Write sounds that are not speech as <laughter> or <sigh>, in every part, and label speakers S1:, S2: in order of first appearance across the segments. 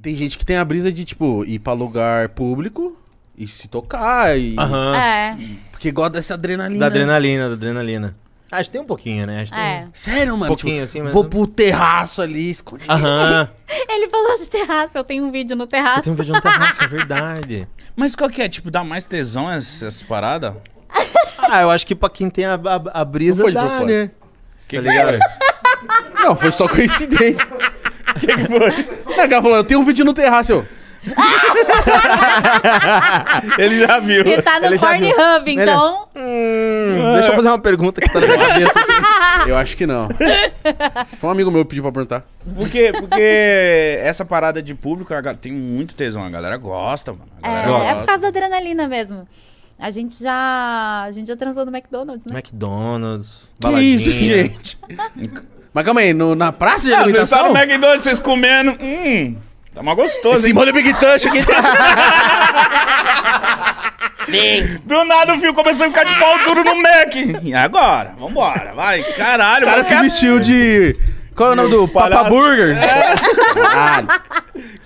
S1: Tem gente que tem a brisa de, tipo, ir pra lugar público e se tocar e.
S2: Aham.
S3: É, né?
S1: Porque gosta dessa adrenalina.
S2: Da adrenalina, da adrenalina. Acho que tem um pouquinho, né? Acho que tem-
S3: é.
S1: Sério, mano? tipo,
S2: Pouquinho, assim, mas-
S1: Vou pro terraço ali, escondido.
S2: Aham.
S3: Ele falou de terraço, eu tenho um vídeo no
S2: Eu
S3: terraço.
S2: tenho um vídeo no terraço, é verdade.
S4: Mas qual que é? Tipo, dá mais tesão ess- essas paradas?
S2: Ah, eu acho que pra quem tem a, a, a brisa
S1: Não foi de
S2: dá,
S1: propósito.
S2: né? Tá ligado?
S1: Não, foi só coincidência. O que, que foi? A cara falou, eu tenho um vídeo no terraço. Eu,
S4: <laughs> Ele já viu.
S3: Ele tá no
S2: Ele já viu.
S3: Pornhub,
S2: Ele-
S3: então.
S1: Ah.
S2: Hum, deixa eu fazer uma pergunta que tá na minha cabeça. <laughs>
S1: eu acho que não. Foi um amigo meu que pediu pra perguntar.
S4: Porque, porque essa parada de público a ga- tem muito tesão. A galera gosta, mano. A
S3: É,
S4: galera
S2: gosto.
S3: é por causa da adrenalina mesmo. A gente já. A gente já transou no McDonald's, né?
S2: McDonald's,
S1: Que
S2: baladinha.
S1: isso, gente? <laughs> Mas calma aí, no- na praça de
S4: Ah, vocês estão
S1: alimentação?
S4: no McDonald's, vocês comendo. Hum, tá mal gostoso, hein?
S1: Simone é Big Touch aqui. um
S4: Do nada o fio começou a ficar de pau duro no Mac. E agora? Vambora, vai. Caralho,
S1: O cara se
S4: qualquer-
S1: vestiu de... Qual é o nome do? Papa
S4: palhaço.
S1: Burger? Caralho.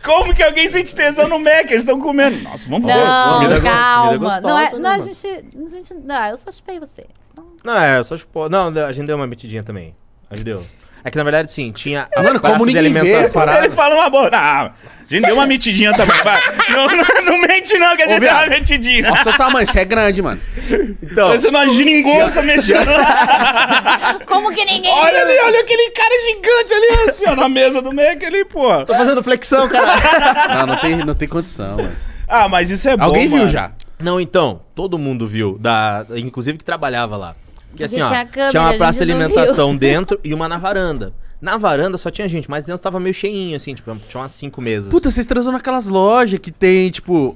S4: Como que alguém sente tesão no Mac? Eles estão comendo. Nossa, vamos
S3: Não,
S2: comida go-
S3: calma.
S2: comida gostosa,
S3: não, é,
S2: né,
S3: não, a
S2: mano?
S3: gente. A gente não, eu só chupei você. Então,
S2: Não, é, eu só chupou. Não, a gente deu uma metidinha também. A gente deu. É que na verdade, sim, tinha a
S1: Ah, Mano,
S2: praça
S1: como
S2: de
S1: ninguém vê
S2: alimentação.
S1: a parada.
S4: Ele fala uma boa. Ah, a gente deu uma metidinha também, vai. Não, não, não mente não, que a
S1: Ô,
S4: gente deu uma
S1: viado.
S4: metidinha.
S1: Olha o seu tamanho, você é grande, mano. é
S2: Então,
S4: Parece
S2: <laughs>
S4: uma geringonça
S3: <laughs>
S4: mexendo lá.
S3: como que ninguém.
S4: Olha ali, olha aquele cara gigante ali, assim, ó, na mesa do Mac ali, pô.
S2: tô fazendo flexão, cara.
S1: Não, não tem, não tem condição, mano.
S4: Ah, mas isso é bom,
S1: Alguém viu
S4: mano.
S1: já?
S2: Não, então, todo mundo viu, da, inclusive que trabalhava lá. Porque assim,
S3: Porque
S2: ó,
S3: tinha a câmera,
S2: tinha
S3: a
S2: uma
S3: gente
S2: praça de
S3: não
S2: alimentação dentro e uma na varanda. Na varanda só tinha gente, mas dentro tava meio cheinho, assim, tipo, tinha umas cinco mesas.
S1: Puta, vocês transam naquelas lojas que tem, tipo,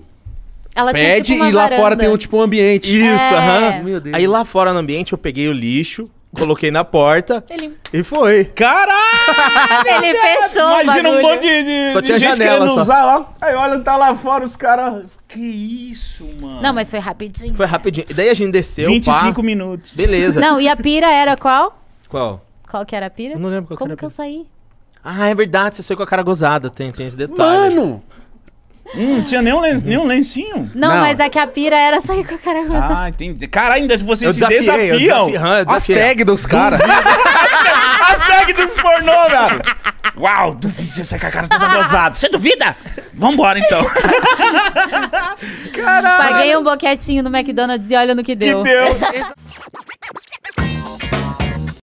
S3: Ela tinha,
S1: pede
S3: tipo, uma
S1: e lá
S3: varanda.
S1: fora tem um tipo um ambiente.
S2: Isso,
S3: É.
S2: aham.
S1: Meu Deus.
S2: Aí lá fora no ambiente eu peguei o lixo, coloquei na porta
S3: Ele,
S2: e foi.
S4: Caralho!
S3: ele fechou. o
S4: Imagina um
S3: bagulho.
S4: monte de, de-
S2: Só
S4: de
S2: tinha
S4: gente
S2: janela,
S4: querendo
S2: só.
S4: usar lá. Aí olha, tá lá fora os caras. Que isso, mano?
S3: Não, mas foi rapidinho.
S2: Foi rapidinho. E daí a gente desceu,
S4: 25
S2: pá.
S4: minutos.
S2: Beleza.
S3: Não, e a pira era qual?
S2: Qual?
S3: Qual que era a pira?
S2: Eu não lembro qual que
S3: Como
S2: era a
S3: que eu
S2: pira.
S3: saí?
S2: Ah, é verdade, você saiu com a cara gozada, tem, tem esse detalhe.
S1: Mano!
S4: Hum, não tinha nenhum, len nenhum lencinho.
S3: Não,
S1: Não.
S3: mas é que a pira era sair com a cara rosa.
S4: Ah, entendi. Caralho, ainda se vocês
S2: Eu
S4: se
S2: desafiei, eu
S4: desafiam.
S2: desafiei, aham, eu
S1: As
S2: desafiei.
S1: tag dos caras.
S4: Hashtag dos pornô, velho. Uau, duvido você sair com a cara toda gozada. Você duvida? Vambora, então.
S3: Paguei um boquetinho no McDonald's e olha no que
S4: Que
S3: deu.
S4: Deus.